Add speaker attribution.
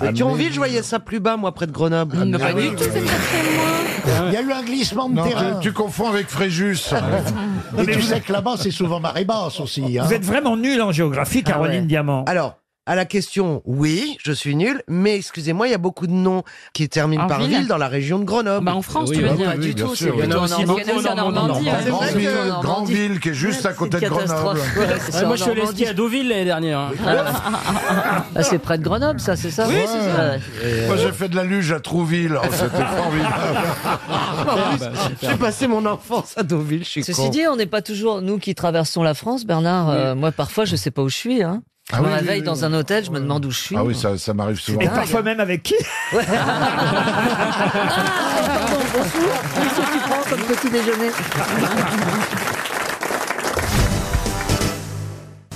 Speaker 1: À
Speaker 2: Thionville, je voyais ça plus bas, moi, près de Grenoble.
Speaker 3: Pas du tout, c'est très très loin.
Speaker 1: Il y a eu un glissement de
Speaker 4: Non,
Speaker 1: terrain.
Speaker 4: tu, tu confonds avec Fréjus.
Speaker 5: Ah,
Speaker 1: Et tu sais que là-bas, c'est souvent marée basse aussi. hein.
Speaker 6: Vous êtes vraiment nul en géographie, Caroline
Speaker 2: ouais.
Speaker 6: Diamant.
Speaker 2: Alors, à la question, oui, je suis nul, mais excusez-moi, il y a beaucoup de noms qui terminent
Speaker 3: En
Speaker 2: par
Speaker 3: ville
Speaker 2: ville dans la région de Grenoble.
Speaker 3: Bah en France,
Speaker 4: Oui,
Speaker 3: tu veux
Speaker 4: bah
Speaker 3: dire.
Speaker 4: oui, oui, bien sûr.
Speaker 5: Il y en a aussi beaucoup en Normandie.
Speaker 3: hein.
Speaker 5: C'est vrai
Speaker 4: Grandville,
Speaker 5: que-
Speaker 4: Grandville, qui est juste à côté de Grenoble.
Speaker 5: Ouais, moi, je suis allé skier à Deauville l'année dernière. hein.
Speaker 7: Ah, c'est près de Grenoble, ça, c'est ça Oui, c'est ça.
Speaker 4: Moi, j'ai fait de la luge à Trouville. Oh, C'était formidable.
Speaker 2: J'ai passé mon enfance à Deauville, je suis
Speaker 7: Ceci
Speaker 2: con.
Speaker 7: dit, on n'est pas toujours, nous qui traversons la France, Bernard, euh, moi parfois je sais pas où je suis. Hein.
Speaker 4: Ah
Speaker 7: je
Speaker 4: oui,
Speaker 7: me
Speaker 4: oui,
Speaker 7: réveille
Speaker 4: oui,
Speaker 7: dans
Speaker 4: oui.
Speaker 7: un hôtel, je me demande où je suis.
Speaker 4: Ah oui, ça, ça m'arrive souvent.
Speaker 6: Et parfois même avec qui
Speaker 7: Ah, pardon, bonjour, qu'est-ce que tu prends comme petit déjeuner